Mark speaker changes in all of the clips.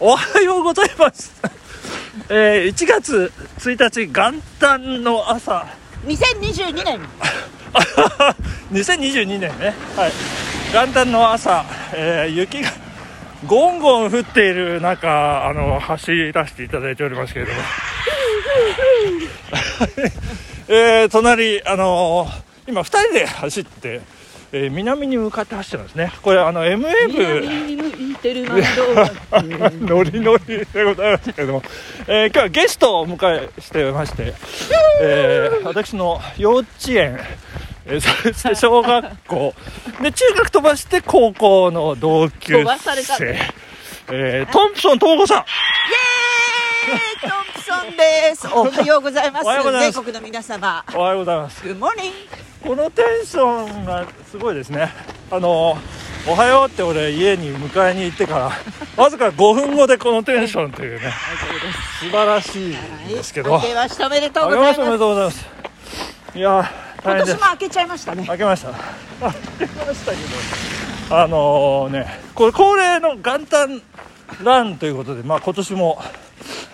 Speaker 1: おはようございます。 えー、1月1日元旦の朝、
Speaker 2: 2022年
Speaker 1: 2022年ね、はい、元旦の朝、えー雪がゴンゴン降っている中、あの走らせていただいておりますけれども、 えー隣、あの今、2人で走って、えー南に向かって走ってますね、これ、あの MF
Speaker 2: 南に向いてる南道が
Speaker 1: ノリノリでございますけれども、えー今日はゲストをお迎えしておりまして、えー私の幼稚園、えーそして小学校、で中学飛ばして高校の同級
Speaker 2: 飛ばされた
Speaker 1: 生、えートンプソン東子さん、
Speaker 2: えートンプソ ンですおはようございます
Speaker 1: おはようございます
Speaker 2: 全国の皆様
Speaker 1: おはようございます。
Speaker 2: Good morning
Speaker 1: このテンションがすごいですね。あのおはようって俺家に迎えに行ってからわずか5分後でこのテンションというね素晴らしいですけど、
Speaker 2: 明けましておめでとう
Speaker 1: あり
Speaker 2: ござ
Speaker 1: ま
Speaker 2: い
Speaker 1: すおめ
Speaker 2: ま
Speaker 1: ですとうございますいやー大
Speaker 2: 今
Speaker 1: 変で
Speaker 2: 年
Speaker 1: す
Speaker 2: も開けちゃいましたね
Speaker 1: 開けました開けましたけどあのねこれ恒例の元旦ランということでまあ今年も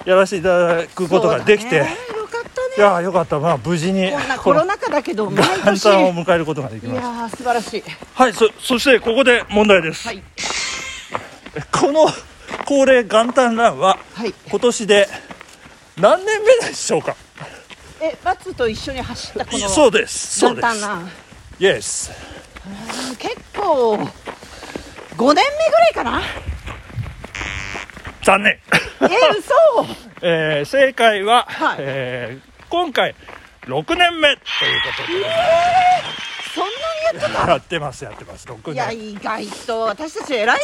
Speaker 1: やらせていただくことができて、
Speaker 2: そうだねよかっ
Speaker 1: いやーよかったまあ無事に
Speaker 2: たねこんなコ
Speaker 1: こ
Speaker 2: ロ
Speaker 1: の
Speaker 2: ナ禍だけど毎
Speaker 1: 元
Speaker 2: 年い
Speaker 1: 旦を迎えることができました
Speaker 2: やー素晴らしい
Speaker 1: はいそそしてここで問題です、
Speaker 2: はい
Speaker 1: この恒例元旦ランは
Speaker 2: はい
Speaker 1: 今年で何年目でしょうか
Speaker 2: え松と一緒に走ったこの
Speaker 1: そうですそう
Speaker 2: 簡
Speaker 1: です
Speaker 2: 単な
Speaker 1: Yes
Speaker 2: 結構5年目ぐらいかな
Speaker 1: 残 念
Speaker 2: えー、嘘
Speaker 1: えー正解は、
Speaker 2: はい
Speaker 1: えー今回6年目ということで
Speaker 2: そんなにやってた
Speaker 1: やってますやってます6
Speaker 2: いや
Speaker 1: 年
Speaker 2: 意外と私たち偉いね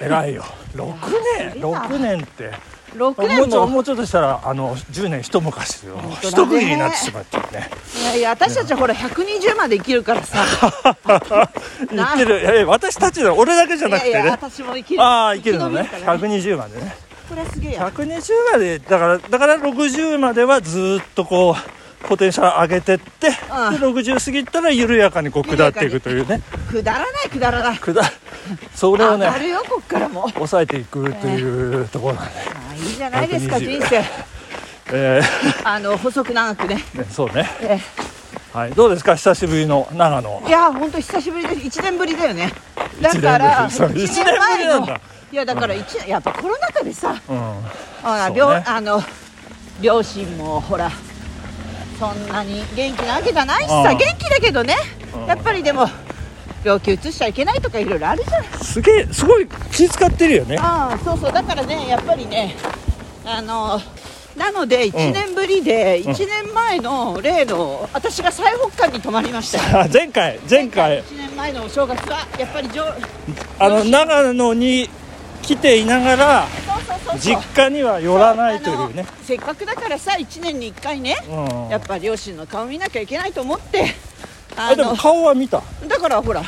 Speaker 1: 偉いよ6年6年って
Speaker 2: 6
Speaker 1: も
Speaker 2: 年
Speaker 1: うちょ
Speaker 2: も
Speaker 1: もうちょっとしたらあの10年一昔で
Speaker 2: 当だね
Speaker 1: 一区切りになってしま ってるね
Speaker 2: いやいや私たちほら120まで生きるからさ
Speaker 1: 言ってるいやいや私たちの俺だけじゃ
Speaker 2: い
Speaker 1: なくて
Speaker 2: やい
Speaker 1: ね
Speaker 2: や私も生きる
Speaker 1: ああいけるのね
Speaker 2: 生き延びるからね
Speaker 1: 120までね
Speaker 2: これはすげえや
Speaker 1: 120までだからだから60まではずーっとこうポテンシャル上げてって、で
Speaker 2: うん
Speaker 1: 60過ぎたら緩やかにこう下っていくというね
Speaker 2: くだらないくだらない
Speaker 1: 下それを
Speaker 2: 上
Speaker 1: ね
Speaker 2: がるよこっからも
Speaker 1: 抑えていくというところなんで、
Speaker 2: まあいいじゃないですか
Speaker 1: 120
Speaker 2: 人生
Speaker 1: え
Speaker 2: あの細く長くね
Speaker 1: ーねそうね、
Speaker 2: え
Speaker 1: はい、どうですか久しぶりの長野
Speaker 2: いや本当久しぶりで1年ぶりだよねだから
Speaker 1: 一年ぶりそう
Speaker 2: 一年
Speaker 1: 一年ぶ
Speaker 2: 前の
Speaker 1: りなんだ
Speaker 2: いやだから一年やっぱコロナ禍でさ
Speaker 1: うん
Speaker 2: あ
Speaker 1: そうね
Speaker 2: 両あの両親もほらそんなに元気なわけじゃないし
Speaker 1: ああ
Speaker 2: さ元気だけどね
Speaker 1: ん
Speaker 2: やっぱりでも病気うつしちゃいけないとかいろいろあるじゃない
Speaker 1: すげえすごい気使ってるよね
Speaker 2: ああそうそうだからねやっぱりねあのなので1年ぶりで1年前の例の私が最北端に泊まりましたよ
Speaker 1: あ前回前回
Speaker 2: 1年前のお正月はやっぱり上そう
Speaker 1: あの長野に来ていながら
Speaker 2: そうそうそう
Speaker 1: 実家には寄らないというね
Speaker 2: あのせっかくだからさ1年に1回ね、
Speaker 1: うん
Speaker 2: やっぱ両親の顔見なきゃいけないと思ってあ
Speaker 1: あでも
Speaker 2: の
Speaker 1: 顔は見た
Speaker 2: だからほら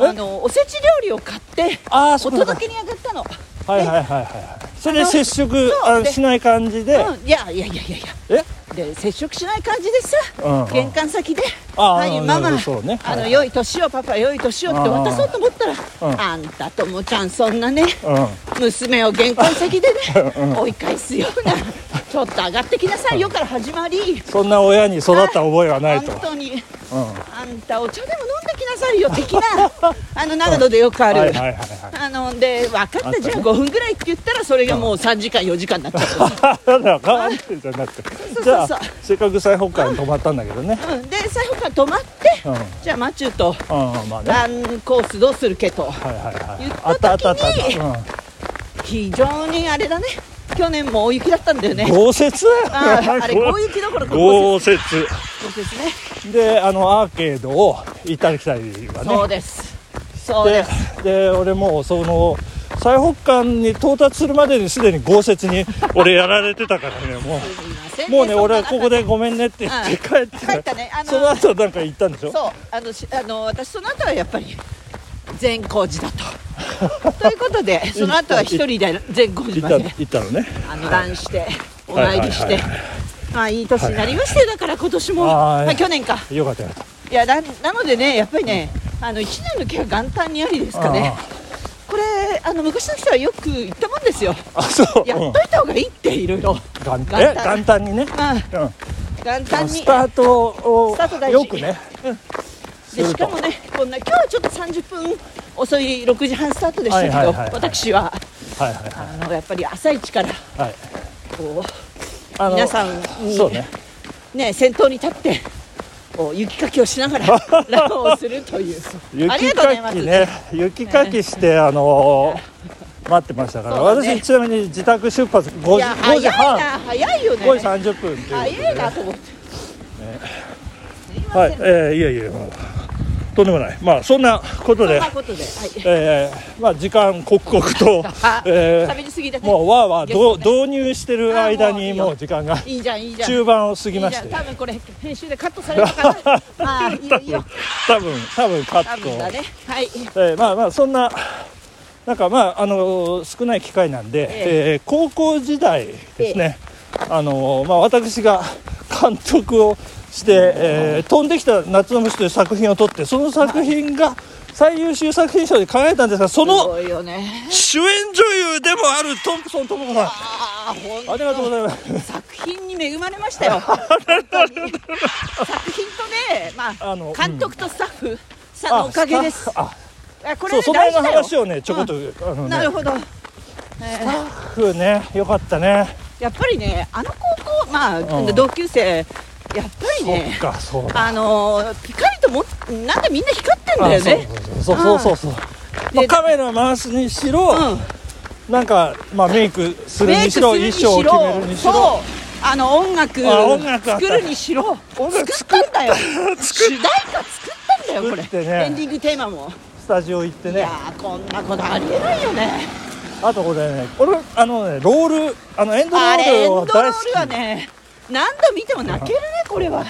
Speaker 1: え
Speaker 2: あのおせち料理を買って
Speaker 1: ああ
Speaker 2: お
Speaker 1: そうなんだ
Speaker 2: 届けに上がったの
Speaker 1: はいはいはいはいそれで
Speaker 2: あの
Speaker 1: 接触
Speaker 2: そう
Speaker 1: あ
Speaker 2: で
Speaker 1: しない感じで、
Speaker 2: うんいやいやいやいやいや
Speaker 1: え
Speaker 2: で接触しない感じでさ、
Speaker 1: うんうん
Speaker 2: 玄関先で「
Speaker 1: あ
Speaker 2: はい
Speaker 1: うん
Speaker 2: ママ、
Speaker 1: そうね
Speaker 2: あ
Speaker 1: は
Speaker 2: の
Speaker 1: い
Speaker 2: 良い年をパパ良い年を」って渡そうと思ったら「
Speaker 1: うん
Speaker 2: あんたともちゃんそんなね
Speaker 1: うん
Speaker 2: 娘を玄関先でね追い返すよ うなちょっと上がってきなさいよ」から始まり
Speaker 1: そんな親に育った覚えはないと
Speaker 2: 本当に
Speaker 1: うん
Speaker 2: あんたお茶でも飲んできなさいよ的 なあの長野でよくあ
Speaker 1: はい
Speaker 2: る。
Speaker 1: はいはいはい
Speaker 2: あので分か
Speaker 1: あ
Speaker 2: っ
Speaker 1: ったたね
Speaker 2: じゃあ5分ぐらいって言ったらそれがもう3時間4時間になっちゃう
Speaker 1: なんだかんってじゃなくて
Speaker 2: そうそうそう
Speaker 1: じゃあせっかく最北海に泊まったんだけどね
Speaker 2: うんで最後から止まって
Speaker 1: うんうん
Speaker 2: じゃあマチューと
Speaker 1: まあねは
Speaker 2: ランコースどうするけと
Speaker 1: いはいはい
Speaker 2: 言った時に
Speaker 1: あったあったあったあった
Speaker 2: 非常にあれだね去年も大雪だったんだよ
Speaker 1: うん
Speaker 2: ね
Speaker 1: 豪雪
Speaker 2: あああれ大雪どころか
Speaker 1: 豪
Speaker 2: 豪
Speaker 1: 雪
Speaker 2: 雪ですね
Speaker 1: であのアーケードを行ったり来たりはね
Speaker 2: そうですそう
Speaker 1: で
Speaker 2: です
Speaker 1: で俺もうその最北端に到達するまでにすでに豪雪に俺やられてたからねも
Speaker 2: すいません
Speaker 1: う
Speaker 2: ね
Speaker 1: もうね
Speaker 2: そん
Speaker 1: 俺
Speaker 2: な
Speaker 1: はここでごめんねって言って帰って、
Speaker 2: 帰ったねあの
Speaker 1: その後なんか行ったんでしょ
Speaker 2: そうあのしあの私その後はやっぱり善光 寺だとということでその後は一人で善光
Speaker 1: 行
Speaker 2: 寺
Speaker 1: った
Speaker 2: まで
Speaker 1: 行ったのね
Speaker 2: あの乱してお参りし
Speaker 1: はい
Speaker 2: て
Speaker 1: は
Speaker 2: まあいい年になりましたよだから今年も
Speaker 1: はい
Speaker 2: まあ去年か
Speaker 1: よかったよかっ
Speaker 2: いやななのでねやっぱりねあの1年の期は元旦にありです
Speaker 1: た
Speaker 2: かねこれあの昔の人はよく言ったもんですよ
Speaker 1: あそう
Speaker 2: やっ
Speaker 1: うん
Speaker 2: といた方がいいっていろいろ
Speaker 1: 元旦
Speaker 2: 元
Speaker 1: え
Speaker 2: 旦
Speaker 1: 元旦にね、
Speaker 2: まあ
Speaker 1: うん、
Speaker 2: 元旦に
Speaker 1: スタートを
Speaker 2: スタート大事
Speaker 1: よくね
Speaker 2: でしかもねこんな今日はちょっと30分遅い6時半スタートでしたけど、
Speaker 1: はいはいはいはい
Speaker 2: 私は
Speaker 1: はいはいは
Speaker 2: あのやっぱり朝一から
Speaker 1: いはい
Speaker 2: こう
Speaker 1: あの
Speaker 2: 皆さんに
Speaker 1: そうね
Speaker 2: ね先頭に立ってこう雪かきをしなが らランをするというあり
Speaker 1: 雪
Speaker 2: がとうござい
Speaker 1: か
Speaker 2: ま
Speaker 1: き
Speaker 2: す、
Speaker 1: ね雪かきしてあのー待ってましたから、
Speaker 2: そうね
Speaker 1: 私ちなみに自宅出発5
Speaker 2: い
Speaker 1: 時
Speaker 2: や
Speaker 1: ,5
Speaker 2: 早い
Speaker 1: 時
Speaker 2: な
Speaker 1: 半
Speaker 2: 早いよね
Speaker 1: 5時30分ということ
Speaker 2: 早
Speaker 1: で
Speaker 2: い
Speaker 1: ね
Speaker 2: なと思って、すいません
Speaker 1: はい、えー、いやいやもうとんでもないまあそんなこと
Speaker 2: そん
Speaker 1: で
Speaker 2: なことで、はい
Speaker 1: えーまあ時間刻々 と
Speaker 2: あ、
Speaker 1: えー
Speaker 2: 喋りすぎだね
Speaker 1: もうわーわーどう
Speaker 2: ゲスト
Speaker 1: 導入してる間に
Speaker 2: あーもういいよ
Speaker 1: もう時間が
Speaker 2: いいじゃんいいじゃん
Speaker 1: 中盤を過ぎまし
Speaker 2: いい
Speaker 1: て
Speaker 2: じゃん多分これ編集でカットされるか なまあいいよいいよ
Speaker 1: 多分多分カ
Speaker 2: 多
Speaker 1: ッ
Speaker 2: 分だ
Speaker 1: ト、
Speaker 2: ねはい
Speaker 1: えーまあまあそんななんかまああのー少ない機会なんで、
Speaker 2: え
Speaker 1: えー高校時代ですね、あのーまあ私が監督をして、えー飛んできた夏の虫という作品を撮ってその作品が最優秀作品賞に輝いたんですがそ
Speaker 2: す
Speaker 1: の
Speaker 2: ごいよね
Speaker 1: 主演女優でもあるトンプソン智子さん
Speaker 2: ああ本当
Speaker 1: ありがとうございます
Speaker 2: 作品に恵まれました よ本当に作品とね、まあ、
Speaker 1: あのうん
Speaker 2: 監督とスタッフさんのおかげです
Speaker 1: あ
Speaker 2: あこれ、
Speaker 1: そ
Speaker 2: ね、
Speaker 1: うその辺
Speaker 2: 大事
Speaker 1: の
Speaker 2: だよ
Speaker 1: 話をねちょこっと、あのね
Speaker 2: なるほど、えー
Speaker 1: ふうねよかったね
Speaker 2: やっぱりねあの高校まあ、
Speaker 1: うん
Speaker 2: 同級生やっぱり
Speaker 1: そ
Speaker 2: ね
Speaker 1: っかそうだ
Speaker 2: あのーピカリともなんかみんな光ってんだよね
Speaker 1: あそうそうそうそうそうそうまあ、
Speaker 2: で
Speaker 1: カメラ回すにしろ、
Speaker 2: うん
Speaker 1: なんか、まあ、メイクする
Speaker 2: メイク
Speaker 1: に
Speaker 2: す
Speaker 1: し
Speaker 2: る
Speaker 1: ろ衣
Speaker 2: にし
Speaker 1: 装
Speaker 2: ろ
Speaker 1: を決めるにしろ
Speaker 2: そうあの音楽
Speaker 1: あ音楽あった
Speaker 2: 作るにしろ
Speaker 1: 音楽
Speaker 2: 作ったんだよ 主
Speaker 1: 作
Speaker 2: 題歌作ったんだよこれ
Speaker 1: 作ってね
Speaker 2: エンディングテーマも、
Speaker 1: スタジオ行って
Speaker 2: いや
Speaker 1: ね
Speaker 2: ーこんなことありえないよね
Speaker 1: あとこれね俺あのねロールあのエンドロ
Speaker 2: あれエ
Speaker 1: ー
Speaker 2: ン
Speaker 1: ル
Speaker 2: ドロ
Speaker 1: を大
Speaker 2: ール
Speaker 1: 好き
Speaker 2: はね何度見ても泣けるねこれは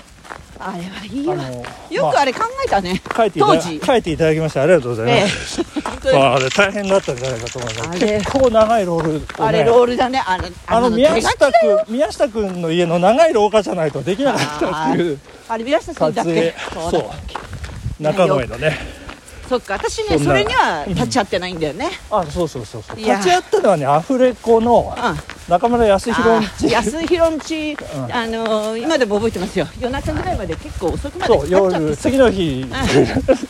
Speaker 2: あれはいいわ
Speaker 1: あの
Speaker 2: よくあれ考えたね、
Speaker 1: 書いていた
Speaker 2: 当
Speaker 1: だ
Speaker 2: 時
Speaker 1: 書いていただきましてあり がとうござい
Speaker 2: え
Speaker 1: ます、
Speaker 2: え本当に
Speaker 1: まあ、あれ大変だったんじゃないかと思いま
Speaker 2: あ
Speaker 1: す
Speaker 2: れ
Speaker 1: 結構長いロールを、ね、
Speaker 2: あれロールだねあれ
Speaker 1: あの
Speaker 2: 手書
Speaker 1: 宮
Speaker 2: きだ
Speaker 1: 下君宮下君の家の長い廊下じゃないとできなかったっていう
Speaker 2: あれ宮下さんだ
Speaker 1: 撮
Speaker 2: っ
Speaker 1: 影
Speaker 2: け
Speaker 1: そう
Speaker 2: だ
Speaker 1: 中野へのね
Speaker 2: そっか私
Speaker 1: そ
Speaker 2: ね
Speaker 1: んな
Speaker 2: それには立ち会ってないんだよね、
Speaker 1: あそうそうそうそう
Speaker 2: いや
Speaker 1: 立ち会ったのはねアフレコの
Speaker 2: うん
Speaker 1: 中村康
Speaker 2: あ
Speaker 1: 弘ん
Speaker 2: ー
Speaker 1: ち
Speaker 2: 安弘んち、
Speaker 1: ん
Speaker 2: あのー今でも覚えてますよ夜中ぐらいまで結構遅くまで
Speaker 1: そう
Speaker 2: かかっちゃって
Speaker 1: 夜次の日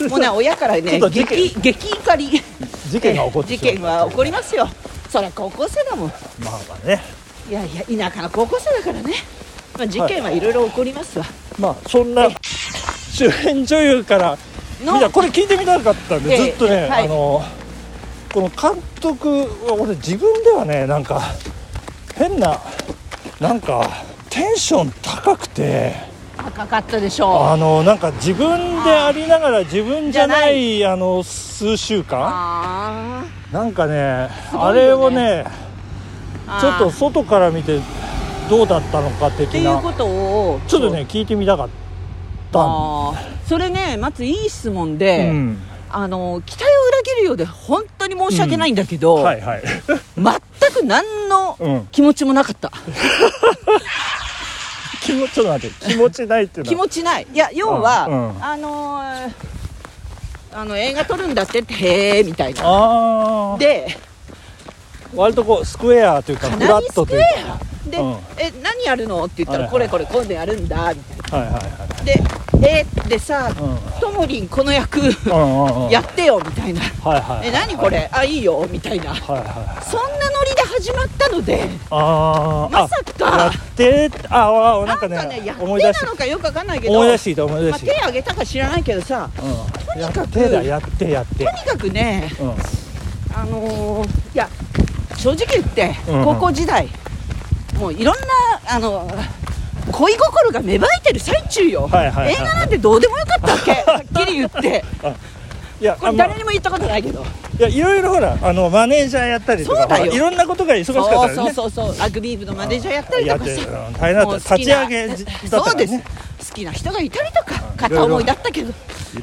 Speaker 2: うんもうね親から
Speaker 1: ちょ
Speaker 2: ね
Speaker 1: っと事件
Speaker 2: 激激怒り
Speaker 1: 事件が起こってし
Speaker 2: 事
Speaker 1: まった
Speaker 2: 件は起こりますよそりゃ高校生だもん
Speaker 1: まあまあね
Speaker 2: いやいや田舎の高校生だからね、まあ、事件はいろいろ起こりますわ、
Speaker 1: まあそんな主演女優から
Speaker 2: の
Speaker 1: みんなこれ聞いてみたかったんで
Speaker 2: ええ
Speaker 1: ずっとね
Speaker 2: はい
Speaker 1: あのこの監督は俺自分ではねなんか変ななんかテンション高くて
Speaker 2: 高かったでしょう
Speaker 1: あのなんか自分でありながら自分じゃないあの数週間
Speaker 2: あ
Speaker 1: なんかね
Speaker 2: ごいよね
Speaker 1: あれをね
Speaker 2: あ
Speaker 1: ちょっと外から見てどうだったのか
Speaker 2: っ
Speaker 1: 的
Speaker 2: ていう
Speaker 1: な
Speaker 2: ことを
Speaker 1: ちょっとね聞いてみたかったん
Speaker 2: あーそれねまずいい質問で、
Speaker 1: うん
Speaker 2: あの期待を裏切るようで本当に申し訳ないんだけど、
Speaker 1: はいはい
Speaker 2: 全く何
Speaker 1: うん
Speaker 2: の気持ちもなかった、
Speaker 1: 気持ちちょっと待って気持ちないっていう
Speaker 2: 気
Speaker 1: のは
Speaker 2: 持ちないいや要は、
Speaker 1: うん
Speaker 2: あのーあの映画撮るんだってってへえみたいな
Speaker 1: ああ
Speaker 2: で
Speaker 1: 割とこうスクエアというかフラ
Speaker 2: 何
Speaker 1: ッ
Speaker 2: ス
Speaker 1: ト
Speaker 2: ク
Speaker 1: とい
Speaker 2: エ
Speaker 1: う
Speaker 2: アで、
Speaker 1: うん
Speaker 2: え何やるのって言った
Speaker 1: はい
Speaker 2: ら、
Speaker 1: はい
Speaker 2: これこれ今度やるんだみたいな
Speaker 1: かはいはい
Speaker 2: でえでさ、
Speaker 1: はい
Speaker 2: ともりんこの役
Speaker 1: うんうんうんうん
Speaker 2: やってよみたいな
Speaker 1: はいはい
Speaker 2: え何これあいいよみたいな
Speaker 1: はいはい
Speaker 2: そんなノリで始まったので
Speaker 1: あーあ
Speaker 2: まさ
Speaker 1: や
Speaker 2: か
Speaker 1: ってああなん
Speaker 2: な
Speaker 1: ん
Speaker 2: か
Speaker 1: か
Speaker 2: ね
Speaker 1: ね
Speaker 2: やって
Speaker 1: 思い出し
Speaker 2: なのかよくわかんないけど
Speaker 1: 思い出していた思い出
Speaker 2: まあ、
Speaker 1: して
Speaker 2: 手
Speaker 1: い
Speaker 2: 挙げたか知らないけどさ
Speaker 1: た、うん、
Speaker 2: にかく
Speaker 1: やってだやってやって
Speaker 2: とにかくね
Speaker 1: うん
Speaker 2: あのーいや正直言って
Speaker 1: うんうん
Speaker 2: 高校時代、もういろんなあの恋心が芽生えてる最中よ、
Speaker 1: はいはいはい
Speaker 2: 映画なんてどうでもよかったわ けはっきり言って
Speaker 1: いや
Speaker 2: これ
Speaker 1: あまあ
Speaker 2: 誰にも言ったことないけど、
Speaker 1: いやいろいろほらあのマネージャーやったりと
Speaker 2: そ
Speaker 1: か
Speaker 2: うだよ
Speaker 1: ほらいろんなことが忙しかったよね
Speaker 2: そうそうそうそうラグビー部のマネージャーやったり
Speaker 1: や
Speaker 2: と
Speaker 1: っ
Speaker 2: か
Speaker 1: てうん
Speaker 2: さ
Speaker 1: 大変だ
Speaker 2: もう
Speaker 1: っ
Speaker 2: 好
Speaker 1: た立
Speaker 2: き
Speaker 1: ち
Speaker 2: な
Speaker 1: 上げだった
Speaker 2: そ
Speaker 1: から
Speaker 2: うです
Speaker 1: ね
Speaker 2: 好きな人がいたりと
Speaker 1: い
Speaker 2: か
Speaker 1: ろいろ
Speaker 2: 片思いだったけど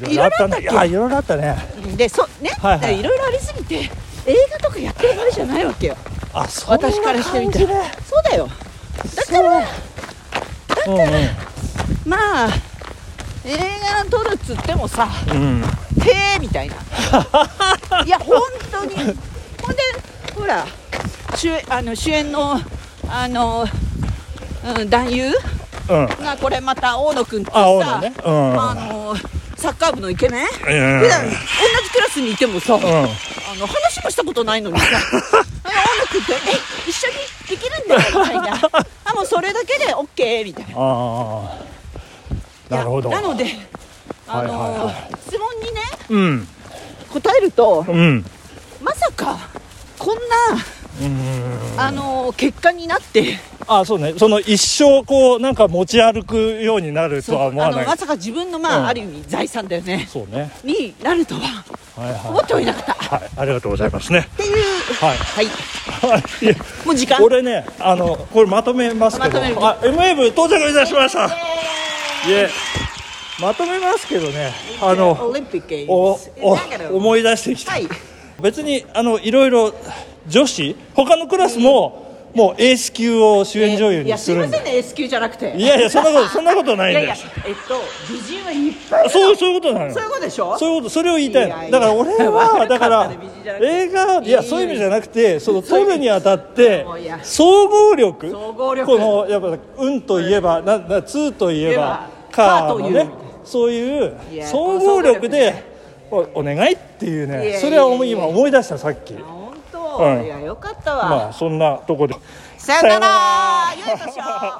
Speaker 1: いろいろあったね
Speaker 2: いろいろあったっけ
Speaker 1: あいろいろあったね
Speaker 2: でそね、
Speaker 1: はいはい
Speaker 2: でいろいろありすぎて映画とかやってる場合じゃないわけよ
Speaker 1: あそんな
Speaker 2: 私からしてみて
Speaker 1: 感
Speaker 2: そうだよ
Speaker 1: じねそう
Speaker 2: まあ映画撮るっつってもさ
Speaker 1: うんうんうん
Speaker 2: 「へえ」みたいないや本当当にほんでほら主演あの主演のあの、うん、男優
Speaker 1: うん
Speaker 2: がこれまた大野君ってさ
Speaker 1: あ大野ねうん
Speaker 2: あのサッカー部のイケメン普
Speaker 1: うん
Speaker 2: 段同じクラスにいてもさ、
Speaker 1: うん
Speaker 2: あの話もしたことな いのにさえ大野君とえ一緒にできるんだよみたいなあもうそれだけで OK みたいな
Speaker 1: ああなるほど
Speaker 2: いやなのであの、
Speaker 1: はいはいは
Speaker 2: 質問にね
Speaker 1: うん
Speaker 2: 答えると
Speaker 1: うん
Speaker 2: まさかこん
Speaker 1: うん
Speaker 2: なあの結果になって
Speaker 1: あそうねその一生こうなんか持ち歩くようになるとは
Speaker 2: あ
Speaker 1: 思わ
Speaker 2: の
Speaker 1: ない
Speaker 2: まさか自分のまあ、
Speaker 1: うん
Speaker 2: ある意味財産だよね
Speaker 1: そうね
Speaker 2: になるとは
Speaker 1: はいはい
Speaker 2: 思ってもいなかったっ
Speaker 1: はいありがとうございますね
Speaker 2: ていう
Speaker 1: はい
Speaker 2: はい
Speaker 1: いや
Speaker 2: もう時間
Speaker 1: 俺ねあのこれまとめますけど
Speaker 2: まとめる
Speaker 1: あ MA 部到着いたしましたいえまとめますけどねあの
Speaker 2: オリンピックゲーム
Speaker 1: おお思い出してきた
Speaker 2: はい
Speaker 1: 別にあのいろいろ女子他のクラスももうエース級を主演女優
Speaker 2: いや
Speaker 1: に
Speaker 2: す
Speaker 1: す
Speaker 2: い
Speaker 1: る
Speaker 2: ま
Speaker 1: ん
Speaker 2: せん
Speaker 1: で
Speaker 2: ね S 級じゃなくて
Speaker 1: いやいやそんなことそんなことないいん
Speaker 2: やい
Speaker 1: で
Speaker 2: や
Speaker 1: す
Speaker 2: えっと美人はいっぱいいる
Speaker 1: そうそういうことなの
Speaker 2: そういうことでしょ
Speaker 1: そういうことそれを言いたい
Speaker 2: いやい
Speaker 1: の
Speaker 2: や
Speaker 1: だから俺 はだ
Speaker 2: 悪かったね
Speaker 1: から
Speaker 2: 美人じゃなくて
Speaker 1: 映画いやそういう意味じゃなくてその
Speaker 2: そうい
Speaker 1: 撮
Speaker 2: う意
Speaker 1: る
Speaker 2: 味
Speaker 1: にあたって
Speaker 2: そういや
Speaker 1: 総合力
Speaker 2: 総合力
Speaker 1: このやっぱ運といえばなな通といえば
Speaker 2: では
Speaker 1: カーの
Speaker 2: カー
Speaker 1: ね
Speaker 2: という
Speaker 1: そういう
Speaker 2: いや
Speaker 1: 総合力でおお願いっていう
Speaker 2: いやい
Speaker 1: ね
Speaker 2: や
Speaker 1: それは思い
Speaker 2: いやい
Speaker 1: 今
Speaker 2: や
Speaker 1: 思い出したさっき
Speaker 2: 本
Speaker 1: うん
Speaker 2: 当いやよかった
Speaker 1: ま
Speaker 2: わ
Speaker 1: あそんなとこで
Speaker 2: さよなら良い年を